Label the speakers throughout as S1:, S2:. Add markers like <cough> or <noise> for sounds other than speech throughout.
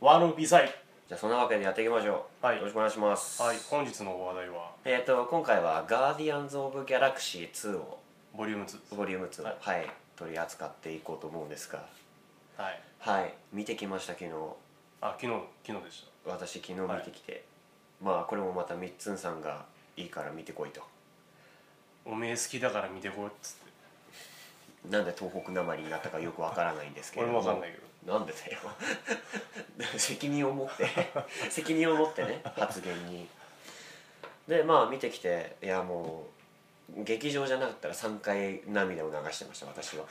S1: ワールビザイ
S2: じゃあそんなわけでやっていきましょう、
S1: はい
S2: よろしくお願いします、
S1: はい本日のお話題は
S2: えっ、と今回は「ガーディアンズ・オブ・ギャラクシー2」を
S1: ボリューム2
S2: ボリューム2を、
S1: は
S2: はいい取り扱っていこうと思うんですが
S1: はい
S2: はい見てきました昨日
S1: あ昨日昨日でし
S2: 私昨日見てきて、まあこれもまたみっつんさんがいいから見てこいと
S1: たおめえ好きだから見てこいっつって
S2: なんで東北なまりになったかよくわからないんですけ
S1: <laughs>
S2: れ
S1: 俺
S2: ど
S1: も
S2: も
S1: わかんないけど
S2: なんでだよ <laughs> 責任を持って責任を持ってね発言にでまあ見てきていやもう劇場じゃなかったら3回涙を流してました私は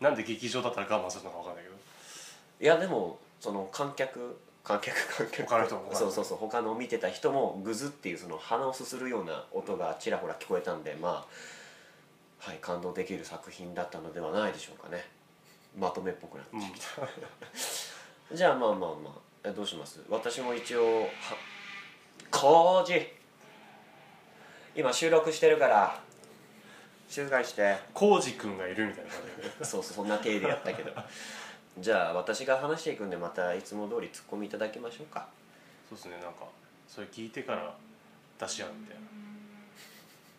S1: なんで劇場だったら我慢するのかわかんないけど
S2: いやでもその観客観客観客
S1: 他の人も他の人
S2: そ
S1: も
S2: うそうそう他の見てた人もグズっていうその鼻をすするような音がちらほら聞こえたんでまあはい感動できる作品だったのではないでしょうかねまとめっぽくなって
S1: うん
S2: <laughs> じゃあまあまあまあえどうします私も一応は工事今収録してるから静かにして
S1: 浩二君がいるみたいな感じだよね
S2: <laughs> そうそうそんな体でやったけど <laughs> じゃあ私が話していくんでまたいつも通りツッコミいただきましょうか
S1: そうですねなんかそれ聞いてから出し合うみたい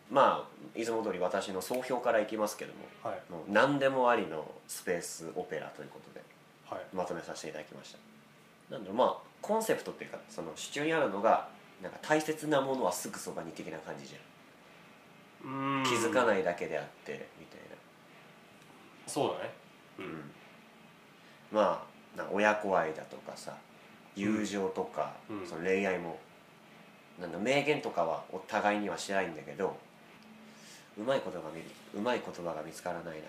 S2: まあいつも通り私の総評からいきますけども
S1: なはい
S2: もう何でもありのスペースオペラということで
S1: はい
S2: まとめさせていただきましたなんでまあコンセプトっていうかその支柱にあるのがなんか大切なものはすぐそばに的な感じじゃ
S1: う
S2: ん
S1: ーん
S2: 気づかないだけであってみたい
S1: そうだね
S2: な、まあな親子愛だとかさ友情とか、
S1: うん
S2: その恋愛もなんだ名言とかはお互いにはしないんだけどうまい言葉が見うまい言葉が見つからないな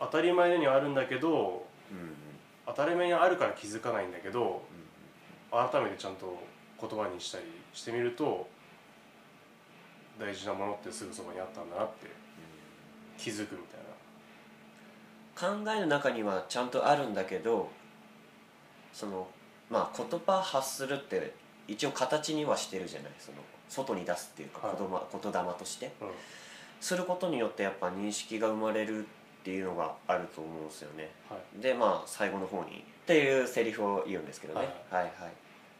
S1: 当たり前にはあるんだけど
S2: うんうん
S1: 当たり前にあるから気づかないんだけど
S2: うん
S1: 改めてちゃんと言葉にしたりしてみると大事なものってすぐそばにあったんだなって気づくみたい
S2: 考えの中にはちゃんとあるんだけどそのまあ言葉発するって一応形にはしてるじゃないその外に出すっていうか、
S1: はい
S2: 言葉言霊として
S1: な、うん、
S2: することによってやっぱ認識が生まれるっていうのがあると思うんですよね
S1: はい
S2: でまあ最後の方にっていうセリフを言うんですけどねはいはい、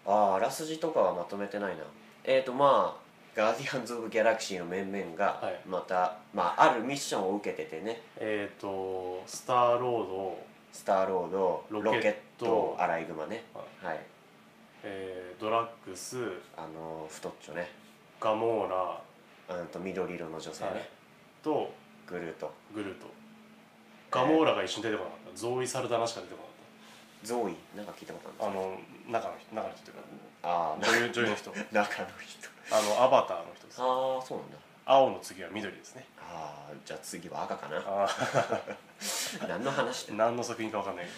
S2: あああらすじとかはまとめてないなえー、とまあガーディアンズ・オブ・ギャラクシーの面々が
S1: はい
S2: また、まあ、あるミッションを受けててね
S1: えっ、とスターロード、
S2: スターロード
S1: ロ
S2: ロ
S1: ケット
S2: ケットアライグマね
S1: は
S2: はい
S1: えードラッグス
S2: あのー太っちょね
S1: ガモーラ
S2: うんと緑色の女性ね、
S1: はいと
S2: グルーと
S1: グルートガモーラが一緒に出てこなかったゾーイ・サルダナしか出てこ
S2: ゾーイなんか聞いたこと
S1: な
S2: あ
S1: か
S2: る
S1: っ
S2: ん
S1: たあの中の人中の人という
S2: あ
S1: か女優女優の人
S2: あ <laughs> 中の人
S1: あのアバターの人です
S2: ああそうなんだ
S1: 青の次は緑ですね
S2: ああじゃあ次は赤かな
S1: あ
S2: 何の話だ
S1: ー何の作品か分かんないけど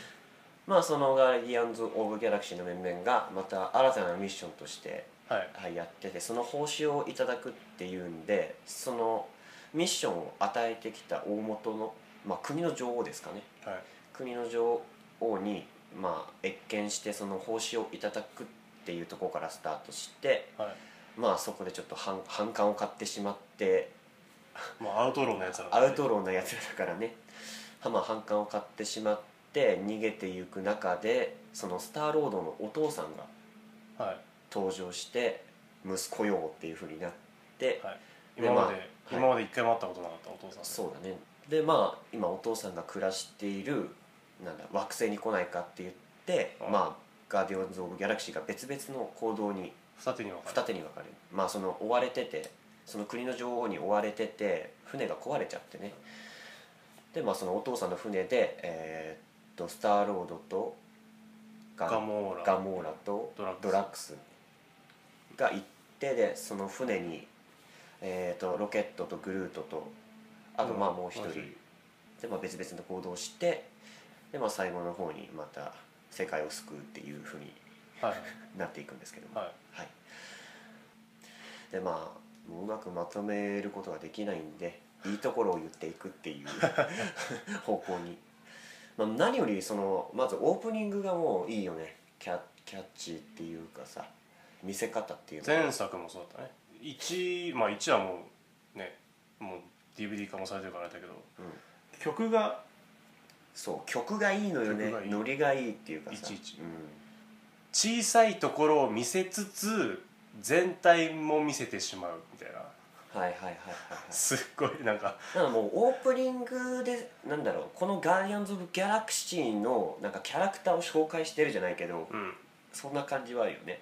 S2: まあそのガーディアンズ・オブ・ギャラクシーの面々がまた新たなミッションとして、
S1: はい
S2: はい、やっててその報酬をいただくっていうんでそのミッションを与えてきた大元の、まあ、国の女王ですかね
S1: はい
S2: 国の女王に、まあ、謁見してその報酬をいただくっていうところからスタートして
S1: はい
S2: まあそこでちょっと反反感を買ってしまって
S1: もうアウトローのやつら
S2: アウトローなやつらだからね、まあ、反感を買ってしまって逃げていく中でそのスターロードのお父さんが
S1: ーはい
S2: 登場して息子よっていうふうになって、
S1: はい、
S2: で
S1: 今まで、
S2: まあ
S1: 今まで一回も会ったことなかったお父さん
S2: そうだねでまあ今お父さんが暮らしているなんだ惑星に来ないかって言って、
S1: うん
S2: まあガーディオンズ・オブ・ギャラクシーが別々の行動に
S1: 二手に分かれ
S2: 二手に分かれるまあその追われててその国の女王に追われてて船が壊れちゃってねでまあそのお父さんの船でえーっとスターロードとガ
S1: ガモーラ
S2: ガモーラと
S1: ドラッグス
S2: ドラッグスが行ってでその船にえーっとロケットとグルートとあとまあもう一人、でまあ別々の行動をしてでまあ最後の方にまた世界を救うっていうふうに
S1: はい
S2: なっていくんですけども
S1: はい
S2: はい、でまあもううまくまとめることができないん
S1: <laughs>
S2: でいいところを言っていくっていう <laughs> 方向に、まあ、何よりそのまずオープニングがもういいよねキャキャッチーっていうかさ見せ方っていうのが
S1: 前作もそうだったね1まあ1はもうねもう DVD 化もされてるからあれだけど
S2: うん、
S1: 曲が
S2: そう曲がいいのよね
S1: 曲がいい
S2: ノリがいいっていうかさ
S1: いちいち
S2: う、
S1: 小さいところを見せつつ全体も見せてしまうみたいなん
S2: はいはいはいはいはい
S1: すっごいなんか
S2: だからもうオープニングでなんだろうこの「ガーディアンズ・オブ・ギャラクシー」のなんかキャラクターを紹介してるじゃないけど
S1: うん
S2: そんな感じはあるよね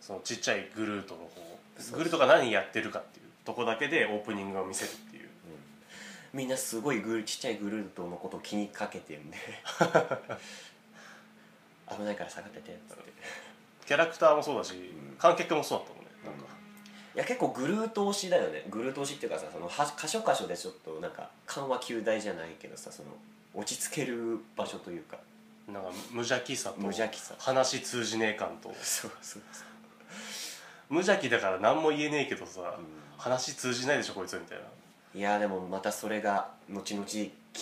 S1: そのちっちゃいグルートの
S2: そうそ
S1: 方
S2: う
S1: グルートが何やってるかっていうとこだけでオープニングを見せるっていう
S2: みんなすごいグルちっちゃいグルートのことを気にかけてる <laughs> んで危ないから下がっててっつって
S1: キャラクターもそうだし、
S2: ん
S1: 観客もそうだったもんねなんか、
S2: いや結構グルート推しだよねグルート推しっていうかさそのは箇所箇所でちょっとなんか緩和球大じゃないけどさその落ち着ける場所というか
S1: なんか無邪気さと
S2: 無邪気さ
S1: 話通じねえ感と
S2: そうそうそう
S1: 無邪気だから何も言えねえけどさ、
S2: ん
S1: 話通じないでしょこいつみたいない
S2: やでもまたそれが後々効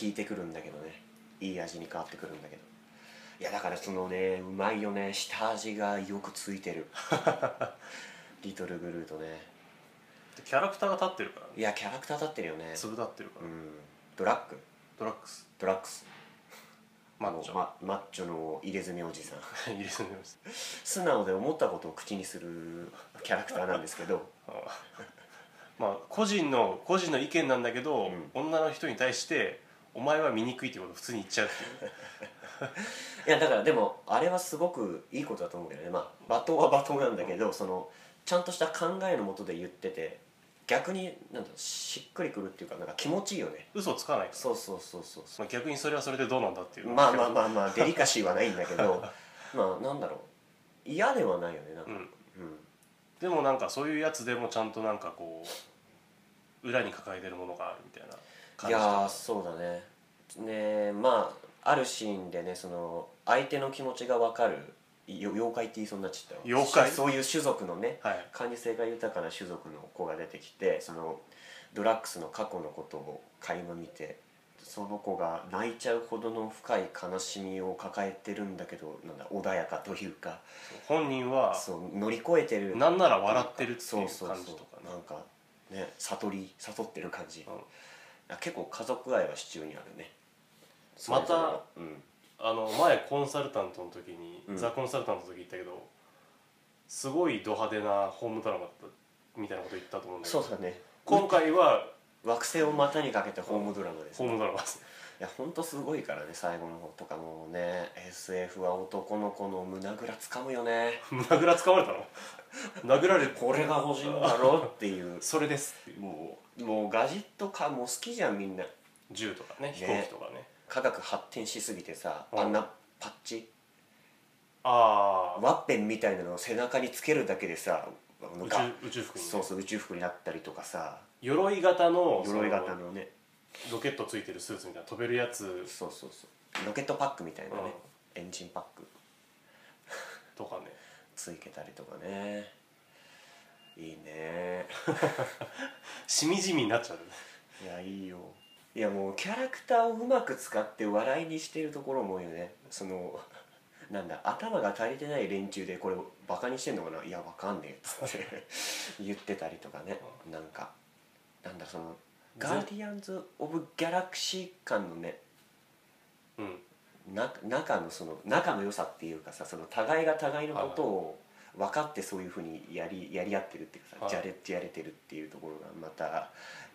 S2: いてくるんだけどねいい味に変わってくるんだけどいやだからそのねうまいよね下味がよくついて
S1: <laughs>
S2: るリトルグルートね
S1: でキャラクターが立ってるからね
S2: いやキャラクター立ってるよね
S1: 粒立ってるか
S2: う
S1: ら、
S2: んドラッグ
S1: ドラッグス
S2: ドラッグス
S1: マッチョ、
S2: ママッチョの入れ墨おじさん
S1: 入れ墨です
S2: 素直で思ったことを口にするキャラクターなんですけど
S1: まあ個人の個人の意見なんだけど、
S2: うん
S1: 女の人に対してお前は醜いってことを普通に言っちゃうっていう
S2: いやだからでもあれはすごくいいことだと思うけどねまあ罵倒は罵倒なんだけどそのちゃんとした考えのもとで言ってて逆になんだろうしっくりくるっていうかなんか気持ちいいよね
S1: 嘘つかないから
S2: そうそうそうそうそ
S1: まあ、逆にそれはそれでどうなんだっていうう
S2: まあまあまあまあデリカシーはないんだけど <laughs> まあなんだろう嫌ではないよねなんか
S1: うん、
S2: うん
S1: でもなんかそういうやつでもちゃんとなんかこう裏に抱えてるものがあるみたいない感じ
S2: や
S1: と
S2: ー
S1: か
S2: そうだねねまああるシーンでねその相手の気持ちが分かるよ妖怪って言いそうになっちゃったわ
S1: 妖怪
S2: そういう種族のね
S1: はい
S2: 感受性が豊かな種族の子が出てきてそのドラッグスの過去のことを垣間見てその子が泣いちゃうほどの深い悲しみを抱えてるんだけどなんだ穏やかというか
S1: 本人は
S2: そう乗り越えてる
S1: なんなら笑ってるっていう感じと
S2: そう
S1: か
S2: そう
S1: ね
S2: そうなんかね悟り悟ってる感じ
S1: うん
S2: あ結構家族愛は支柱にあるね
S1: また
S2: それぞれの
S1: あの前コンサルタントの時に、
S2: うん
S1: ザ・コンサルタントの時言ったけどすごいド派手なホームドラマだったみたいなこと言ったと思うん
S2: うん、
S1: だけど
S2: そうだね
S1: 今回は
S2: 惑星を股にかけてホームドラマです、
S1: ホームドラマです <laughs>
S2: いやほんとすごいからね最後の方とかもうね SF は男の子の胸ぐらつかむよね
S1: 胸ぐら掴まれたの殴られる
S2: これが欲しいんだろっていう
S1: それですっていう
S2: もうもうガジットかもう好きじゃんみんな
S1: 銃とかね飛行機とかね
S2: 科学発展しすぎてさ
S1: うん
S2: あんなパッチ
S1: ああ
S2: ワッペンみたいなのを背中につけるだけでさあの
S1: 宇
S2: が
S1: 宙宇宙服にね
S2: そうそう宇宙服になったりとかさ
S1: 鎧型のそ
S2: 鎧型
S1: の
S2: のね
S1: ロケットついてるスーツみたいな飛べるやつ
S2: そうそうそうロケットパックみたいなね、エンジンパック
S1: とかね
S2: ついけたりとかねいいね
S1: しみじみになっちゃうね
S2: いやいいよいやもうキャラクターをうまく使って笑いにしてるところも多いよねその <laughs> なんだ頭が足りてない連中でこれバカにしてんのかないやわかんねえっつって <laughs> 言ってたりとかねなんかなんだそのガーディアンズ・オブ・ギャラクシー感のね
S1: うん
S2: な仲のその仲の良さっていうかさその互いが互いのことを分かってそういうふうにやりやり合ってるっていうかさ、
S1: はい
S2: じゃれじゃれてるっていうところがまた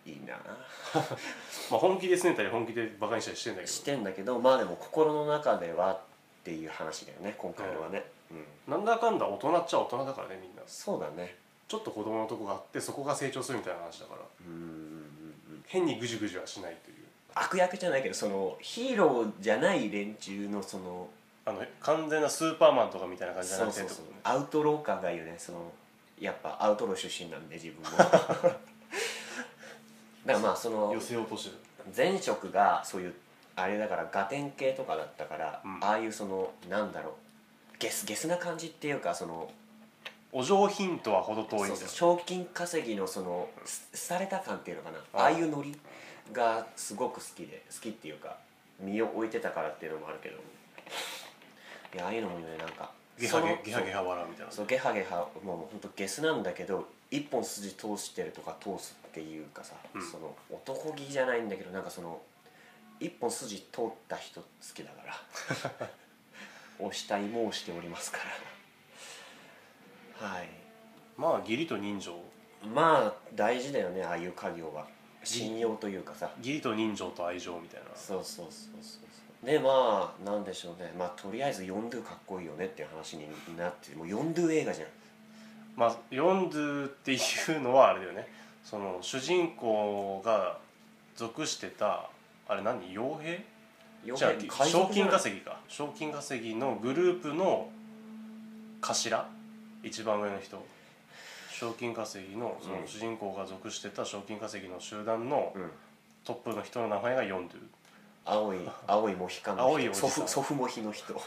S2: いいな
S1: まあ本気で拗ねたり本気でバカにしたりしてんだけ
S2: し
S1: ど
S2: てんだけどまあでも心の中ではっていう話だよね今回のはね、うん
S1: なんだかんだ大人っちゃ大人だからねみんな
S2: そうだね
S1: ちょっと子供のとこがあってそこが成長するみたいな話だから
S2: うんうんうんうん
S1: 変にぐじゅぐじゅはしないという
S2: 悪役じゃないけどそのヒーローじゃない連中のその
S1: あの完全なスーパーマンとかみたいな感じじゃな
S2: そう
S1: くて
S2: そ
S1: っ
S2: う
S1: てこ
S2: そう
S1: とね
S2: アウトロー感がいいよねそのやっぱアウトロー出身なんで自分
S1: <laughs>
S2: もだからまあその
S1: 寄せようとしてる
S2: 前職がそういうあれだからガテン系とかだったから、
S1: うん
S2: ああいうそのなんだろうゲスゲスな感じっていうかその
S1: お上品とは程遠いみたい
S2: そう
S1: な
S2: そう賞金稼ぎのそのされた感っていうのかな
S1: あ
S2: ああいうノリがすごく好きで好きっていうか身を置いてたからっていうのもあるけどいやああいうのもいいよねなんか
S1: ゲハ
S2: その
S1: ゲゲハゲハ笑うみたいな
S2: そうゲハゲハもう本当ゲスなんだけど一本筋通してるとか通すっていうかさ、
S1: うん
S2: その男気じゃないんだけどなんかその一本筋通った人好きだから
S1: <laughs>
S2: お慕い申しておりますからはい
S1: まあ義理と人情
S2: まあ大事だよねああいう家業は信用というかさ
S1: 義理と人情と愛情みたいな
S2: そうそうそうそうそうでまあなんでしょうねまあとりあえずヨンドゥかっこいいよねっていう話になってもうヨンドゥ映画じゃん
S1: まあヨンドゥっていうのはあれだよねその主人公が属してたあれ何傭兵
S2: 傭
S1: じゃ
S2: 兵
S1: あ
S2: 海
S1: 賞
S2: 賊じ
S1: 金
S2: ゃない
S1: 稼ぎか賞金稼ぎのグループの頭一番上の人賞金稼ぎのその
S2: うん
S1: 主人公が属してた賞金稼ぎの集団の
S2: うん
S1: トップの人の名前がヨンドゥ
S2: 青い青いモヒカンの
S1: 青いお
S2: 人
S1: じさ
S2: 祖
S1: ん
S2: 父祖父モヒの人 <laughs>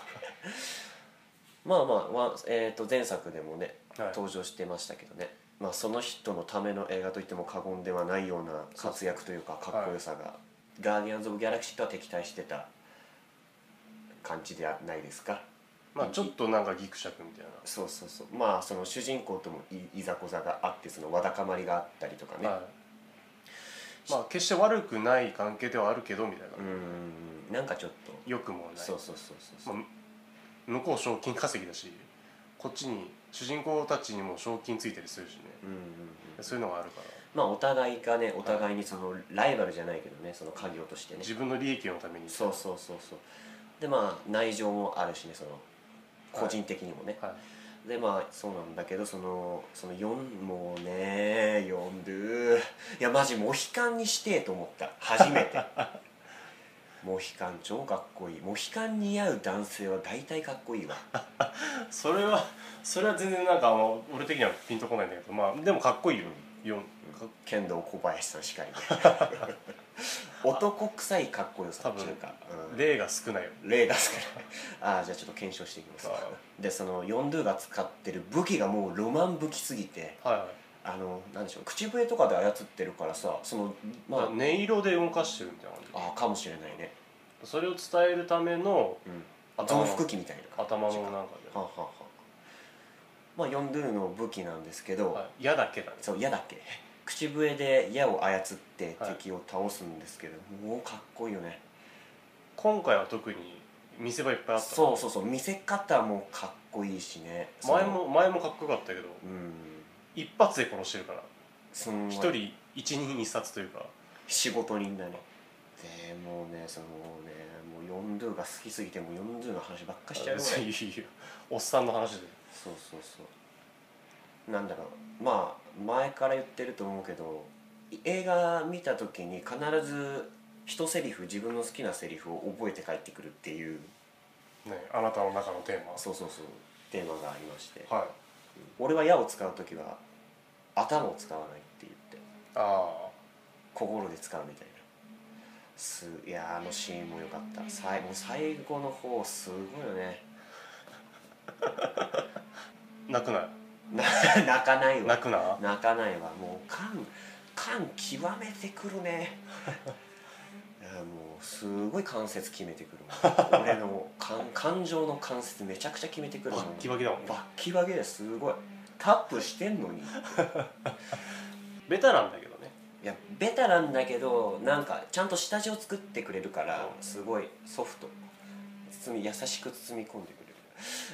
S2: まあまあ、わえー、と前作でもね
S1: はい
S2: 登場してましたけどね、まあ、その人のための映画といっても過言ではないような活躍というかかっこよさが、ガーディアンズ・オブ・ギャラクシーとは敵対してた感じではないですか
S1: まあちょっとなんかギクシャクみたいな
S2: そうそうそうまあその主人公ともいいざこざがあってそのわだかまりがあったりとかね、
S1: はい、まあ決して悪くない関係ではあるけどみたいな
S2: う、ーんなんかちょっと
S1: 良くもない
S2: そうそうそうそうそう
S1: まあ向こう賞金稼ぎだしこっちに主人公たちにも賞金ついたりするしね
S2: うんうんうん
S1: そういうのがあるから
S2: まあお互いがねお互いにそのライバルじゃないけどねその家業としてね
S1: 自分の利益のために
S2: そうそうそうそうでまあ内情もあるしねその個人的にもね、
S1: はい
S2: でまあそうなんだけどそのその4もうね4ドゥいやマジモヒカンにしてえと思った初め
S1: <laughs>
S2: てモヒカン超かっこいいモヒカンに似合う男性は大体かっこいいわ
S1: それはそれは全然なんかあの俺的にはピンとこないんだけどまあでもかっこいいよよか
S2: 剣道小林さんしかいない
S1: <laughs>
S2: 男臭いかっこよさっていうか、うん
S1: 例が少ないよ
S2: 例出すからああじゃあちょっと検証していきます
S1: あ
S2: でそのヨンドゥが使ってる武器がもうロマン武器すぎて
S1: はいはい
S2: あのなんでしょう口笛とかで操ってるからさそのまあ
S1: だから音色で動かしてるみたいな感
S2: ああかもしれないね、
S1: じそれを伝えるための
S2: うん、
S1: 頭
S2: 増
S1: の
S2: 幅器みたいな感じか
S1: 頭のなん
S2: は
S1: か
S2: あはあはあまあヨンドゥの武器なんですけど、
S1: で、はい、嫌だけだね
S2: そう矢だっけ口笛で矢を操って
S1: はい
S2: 敵を倒すんですけど、もうかっこいいよね
S1: 今回は特に見せ場いっぱいあった
S2: そうそうそう見せ方もかっこいいしね
S1: 前も前もかっこよかったけど
S2: そのうん
S1: 一発で殺してるから
S2: その
S1: 一人一人一冊というか
S2: 仕事人だねでもうねそのねもうヨンドゥが好きすぎてもうヨンドゥの話ばっかしちゃうよ
S1: 別
S2: 俺
S1: にいいよ <laughs> おっさんの話で
S2: そうそうそうなんだろうまあ前から言ってると思うけどい映画見た時に必ず一セリフ自分の好きなセリフを覚えて帰ってくるっていう
S1: ねあなたの中のテーマ
S2: そうそうそうテーマがありまして
S1: はい
S2: 俺は矢を使う時は頭を使わないって言って
S1: あ
S2: 心で使うみたいなすいやーあのシーンも良かった最もう最後の方すごいよね
S1: あ泣くな
S2: な <laughs> 泣かないわ
S1: 泣くな
S2: 泣かないわもう感感極めてくるねいやもうすごい関節決めてくるもん俺の感感情の関節めちゃくちゃ決めてくる
S1: バ
S2: もん
S1: ッキバキだもんね
S2: バッキバキですごいタップしてんのに
S1: ベタなんだけどね
S2: いやベタなんだけどなんかちゃんと下地を作ってくれるから
S1: うん
S2: すごいソフト包み優しく包み込んでくれる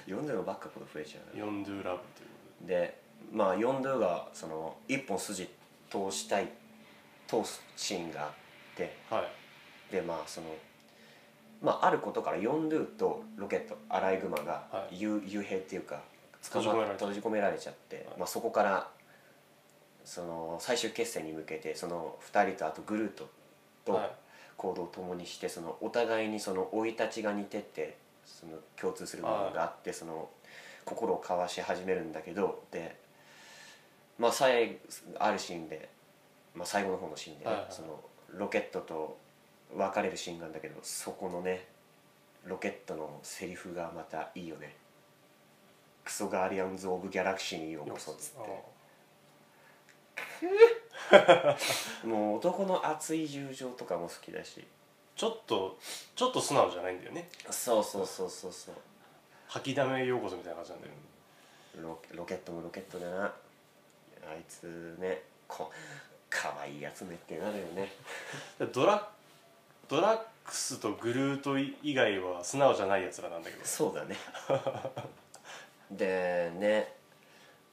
S2: 読んでるのばっかこと増えちゃ
S1: 「ヨンドゥラブ」という
S2: でまあヨンドゥがその一本筋通したい通すシーンがあって
S1: とはい
S2: でまあそのまああることからヨンドゥとロケットアライグマが
S1: はい
S2: 幽、幽閉っていうか
S1: 閉じ込められた
S2: 閉じ込められちゃって、まあ、そこからその最終決戦に向けてその2人とあとグルートと
S1: はい
S2: 行動を共にしてそのお互いにその生い立ちが似ててその共通する部分があってその心を交わし始めるんだけどでまあ最あるシーンで、まあ、最後の方のシーンでね、
S1: はいはい
S2: そのロケットと別れるシーンなんだけどそこのねロケットのセリフがまたいいよね「クソガーリアンズ・オブ・ギャラクシーにようこそ」っつって。もう男の熱い友情とかも好きだし
S1: ちょっとちょっと素直じゃないんだよね
S2: そうそうそうそうそう
S1: 吐きだめようこそみたいな感じなんだよね
S2: ロロケットもロケットだなああいつねこかわいいやつめってなるよね
S1: ドラドラックスとグルート以外は素直じゃないやつらなんだけど
S2: そうだね <laughs> でね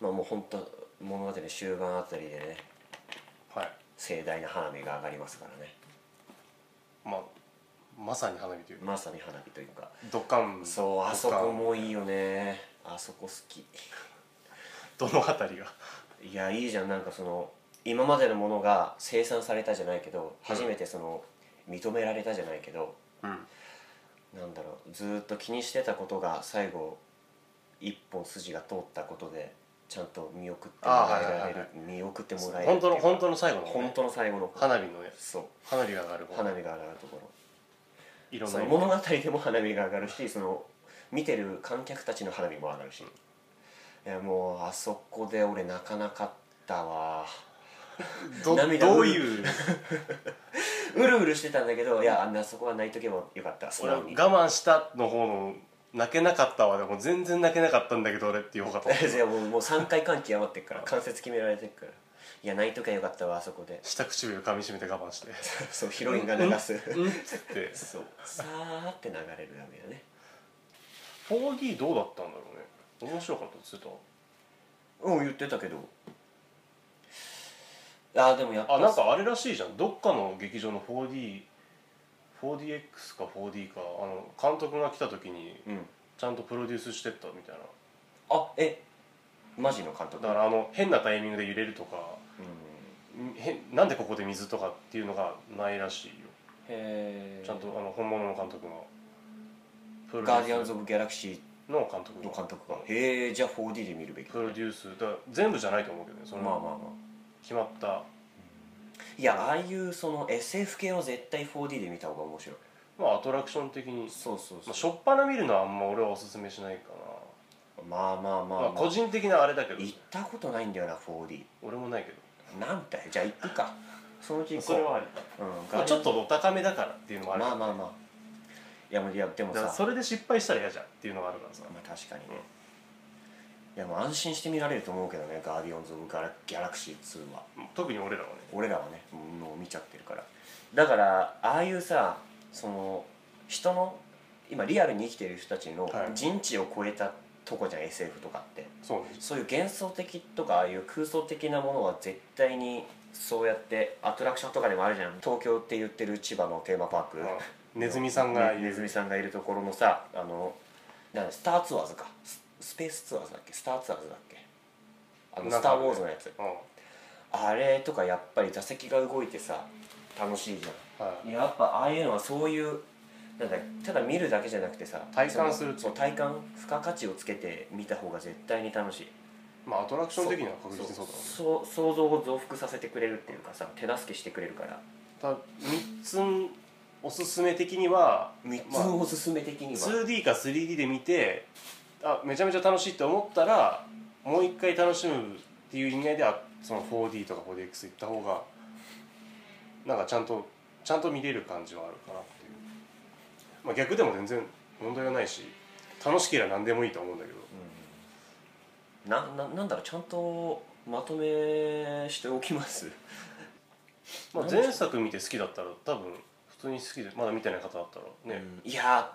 S2: まあもう本当物語の終盤あたりでね
S1: はい
S2: 盛大な花火が上がりますからね
S1: まあまさに花火というか
S2: まさに花火というか
S1: ドッカン
S2: そうあそこもいいよねあそこ好き
S1: どの辺りが
S2: いやいいじゃんなんかその今までのものが生産されたじゃないけど初めてその認められたじゃないけど、
S1: うん
S2: なんだろうずーっと気にしてたことが最後一本筋が通ったことでちゃんと見送ってもら
S1: あーはい
S2: え
S1: はい
S2: る、
S1: はい
S2: 見送ってもらえる
S1: 本当の本
S2: 当
S1: 当の最後の、
S2: 本当の最後の
S1: 花火のね
S2: そう
S1: 花火が上がる方
S2: 花火が上がるとこ
S1: い
S2: ろ
S1: ろん
S2: そ
S1: な
S2: の
S1: 意味
S2: 物語でも花火が上がるしその見てる観客たちの花火も上がるし、いやもうあそこで俺泣かなかったわ
S1: ど
S2: 涙
S1: どういう
S2: うるうるしてたんだけどいやあんなそこは泣いとけばよかった素
S1: 俺は
S2: 直
S1: 我
S2: に
S1: 慢したの方の泣けなかったわでも全然泣けなかったんだけど俺っていう方
S2: <laughs>
S1: が
S2: いやもうもう3回感極まってっから関節決められてっからいや泣いときゃよかったわあそこで <laughs>
S1: 下唇噛みしめて我慢して「
S2: そうヒロインが流す
S1: うん」っつって
S2: <laughs> そうさーって流れるわけだね
S1: 4D どうだったんだろうね面白かったっつって
S2: うん言ってたけどあーでもやった
S1: あ
S2: ぱ
S1: なんかあれらしいじゃんどっかの劇場の 4D4DX か 4D かあの監督が来た時に
S2: うん
S1: ちゃんとプロデュースしてったみたいな
S2: あえマジの監督
S1: だからあの変なタイミングで揺れるとか
S2: うん
S1: 変なんでここで水とかっていうのがないらしいよ
S2: へー
S1: ちゃんとあの本物の監督のプロデ
S2: ガーデ
S1: ュ
S2: ィア
S1: ー
S2: ンズ・
S1: ス
S2: オブ・ギャラクシ
S1: の監督
S2: ーの
S1: の
S2: 監督がへえじゃあ 4D で見るべき
S1: プ
S2: だ
S1: ロ
S2: ね
S1: デュースだから全部じゃないと思うけどねそ
S2: まあまあ
S1: の
S2: まあ
S1: 決まった
S2: いやああいうその SF 系は絶対 4D で見た方が面白い
S1: まあアトラクション的に
S2: そうそう
S1: まあ
S2: そ
S1: しょっぱな見るのはあんま俺はおすすめしないか
S2: うまあまあま
S1: な
S2: あ
S1: まあ個人的なあれだけど
S2: 行ったことないんだよな 4D
S1: 俺もないけど
S2: なんだよじゃあ行くかそのうち行こう
S1: それはあり
S2: うん
S1: まあちょっとお高めだからっていうのもある
S2: ま
S1: か
S2: あ
S1: ら
S2: まあまあいやもういやでも
S1: だか
S2: さ
S1: らそれで失敗したら嫌じゃんっていうのがあるからさ
S2: まあ、確かにねいやもう安心して見られると思うけどね「ガーディオンズ・オブ・ギャラクシー2」は
S1: 特に俺らはね
S2: 俺らはねもう見ちゃってるからだからああいうさその人の今リアルに生きてる人たちの
S1: はい
S2: 人知を超えたとこじゃん、SF とかって
S1: そう
S2: <laughs>
S1: ね
S2: そういう幻想的とかああいう空想的なものは絶対にそうやってアトラクションとかでもあるじゃん東京って言ってる千葉のテーマパーク、
S1: まあネズミさんが
S2: ね
S1: 言う
S2: ネズミさんがいるところのさあのなんだスターツアーズかススペースツアーズだっけスターツアーズだっけあの
S1: な
S2: ス
S1: んか
S2: タ
S1: あ
S2: ー・
S1: る
S2: ウォーズのやつ
S1: う
S2: あれとかやっぱり座席が動いてさ楽しいじゃ
S1: んはい
S2: んやっぱああいうのはそういうなんだただ見るだけじゃなくてさ
S1: 体感する
S2: そのそう体感付加価値をつけて見た方が絶対に楽しい
S1: まあアトラクション的には確実にそうだろうね
S2: そうそう想像を増幅させてくれるっていうかさ手助けしてくれるから
S1: ただ3つんおすすめ的には
S2: 3つ
S1: まあ
S2: のおすすめ的には、
S1: 2D か 3D で見てあめちゃめちゃ楽しいって思ったらもう一回楽しむっていう意味合いであその 4D とか 4DX 行った方がなんかちゃんとちゃんと見れる感じはあるかなっていう、まあ、逆でも全然問題はないし楽しければ何でもいいと思うんだけど
S2: うん、なななんだろうちゃんとまとめしておきます
S1: まあ、
S2: なんでしょう
S1: 前作見て好きだったら多分普通に好きでまだ見てない方だったらね、
S2: いや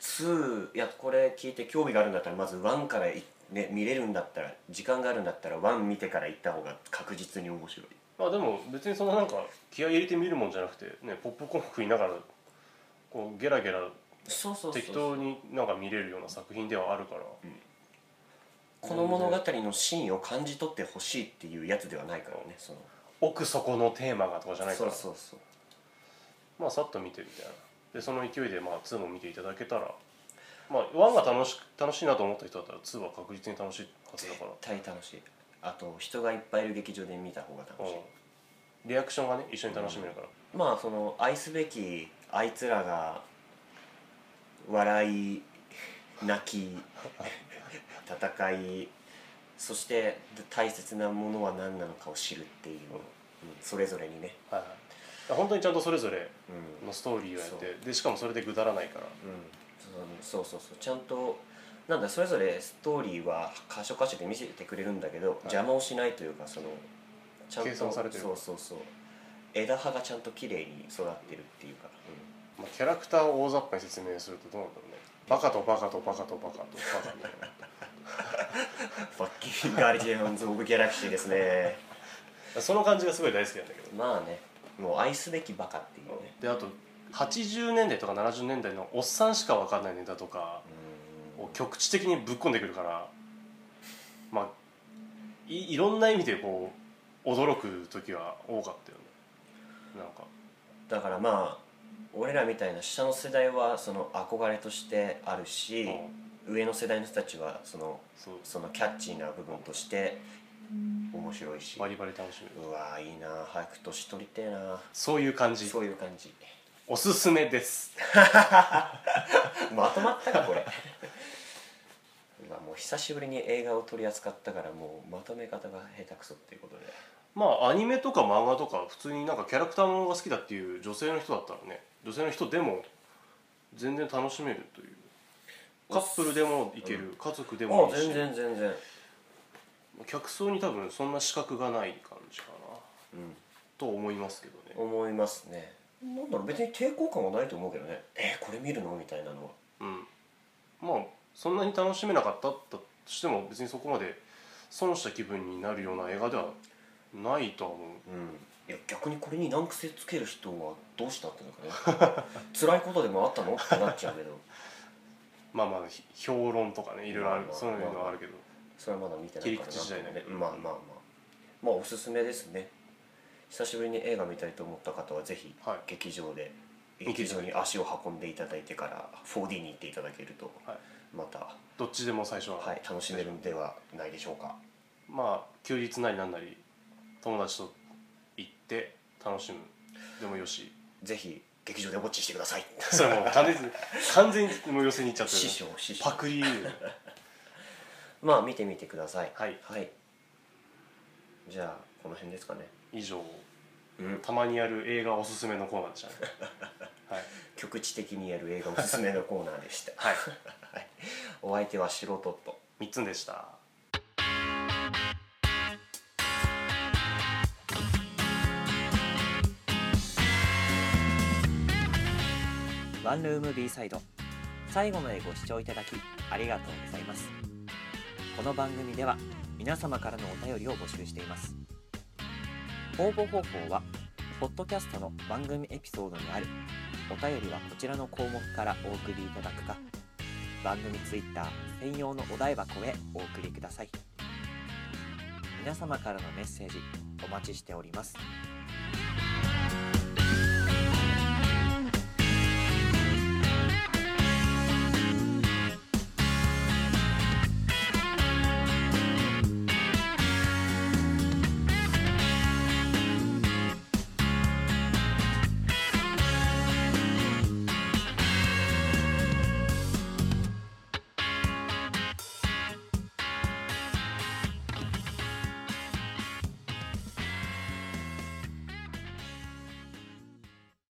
S2: 2いやこれ聞いて興味があるんだったらまず1からい、ね、見れるんだったら時間があるんだったら1見てから行った方が確実に面白い
S1: まあでも別にそんななんか気合い入れて見るもんじゃなくてねポップコーン食いながらこうゲラゲラ
S2: そうそう
S1: 適当になんか見れるような作品ではあるから、
S2: この物語のシーンを感じ取ってほしいっていうやつではないからねその
S1: 奥底のテーマがとかじゃないか
S2: そう
S1: ら
S2: そうそう
S1: まあさっと見てみたいなでその勢いでまあ2も見ていただけたらまあ1が楽し楽しいなと思った人だったら2は確実に楽しいはずだから、
S2: 絶対楽しいあと人がいっぱいいる劇場で見た方が楽しい、
S1: うん、リアクションがね一緒に楽しめるから、
S2: まあその愛すべきあいつらが笑い泣き戦いそして大切なものは何なのかを知るっていう、うんそれぞれにね、
S1: はいはいだから本当にちゃんとそれぞれ
S2: うん
S1: のストーリーをやってでしかもそれでぐだらないから
S2: うんそのそうそうそうちゃんとなんだそれぞれストーリーは箇所箇所で見せてくれるんだけど、邪魔をしないというかそのちゃんと
S1: 計算されてる
S2: そうそうそう枝葉がちゃんと綺麗に育ってるっていうか、
S1: まあ、キャラクターを大雑把に説明するとどうなんだろうねバカとバカとバカとバカとバカみたいな
S2: うん、ファッキンガーディアンズ・オブ・ギャラクシーですね
S1: <laughs> その感じがすごい大好きなんだけど
S2: <laughs> まあねもう愛すべきバカっていうね
S1: であと80年代とか70年代のおっさんしか分かんないネタとか
S2: うん
S1: を局地的にぶっ込んでくるからまあいいろんな意味でこう驚く時は多かったよねなんか
S2: だからまあ俺らみたいな下の世代はその憧れとしてあるし、
S1: うん
S2: 上の世代の人たちはその
S1: そう
S2: そのキャッチーな部分として面白いし
S1: バリバリ楽しめる
S2: うわーいいなー早く年取りてえなー
S1: そういう感じ
S2: そういう感じ
S1: おすすめです
S2: まとまったかこれ <laughs> うわもう久しぶりに映画を取り扱ったからもうまとめ方が下手くそっていうことで
S1: まあアニメとか漫画とか普通になんかキャラクターものが好きだっていう女性の人だったらね女性の人でも全然楽しめるというカップルでもいける、家族でも
S2: あ
S1: いいし
S2: 全然全然
S1: 客層に多分そんな資格がない感じかなと思いますけどね
S2: 思いますねなんだろう別に抵抗感はないと思うけどねえーこれ見るのみたいなのは
S1: うんまあそんなに楽しめなかったとしても別にそこまで損した気分になるような映画ではないとは思う
S2: うんいや逆にこれに難癖つける人はどうしたっての
S1: <laughs>
S2: かね辛いことでもあったのってなっちゃうけど
S1: まあまあひ評論とかねいろいろある
S2: まあまあ
S1: そういうのはあるけど
S2: それはまだ見てないから
S1: 切り口次第だけど
S2: まあまあまあまあおすすめですね久しぶりに映画見たいと思った方はぜひ
S1: はい
S2: 劇場で、
S1: 劇場
S2: 劇場に足を運んでいただいてから 4D に行っていただけると
S1: はい
S2: また、
S1: どっちでも最初は、
S2: はい、楽しめるんではないでしょうか
S1: まあ休日なりなんなり友達と行って楽しむでもよし
S2: ぜひ劇場でウォッチしてください
S1: それもう完
S2: <laughs>
S1: 全に完全にもう寄せに行っちゃって
S2: 師
S1: る
S2: 匠師匠
S1: パクリ
S2: まあ見てみてください
S1: はい
S2: はい、じゃあこの辺ですかね
S1: 以上
S2: うん
S1: たまにやる映画おすすめのコーナーでした
S2: <laughs>
S1: ねはい
S2: 局地的にやる映画おすすめのコーナーでした、
S1: はい
S2: はい、お相手は素人と
S1: 三つんでした
S3: ワンルーム B サイド最後までご視聴いただきありがとうございますこの番組では皆様からのお便りを募集しています応募方法はポッドキャストの番組エピソードにあるお便りはこちらの項目からお送りいただくか番組ツイッター専用のお台箱へお送りください皆様からのメッセージお待ちしております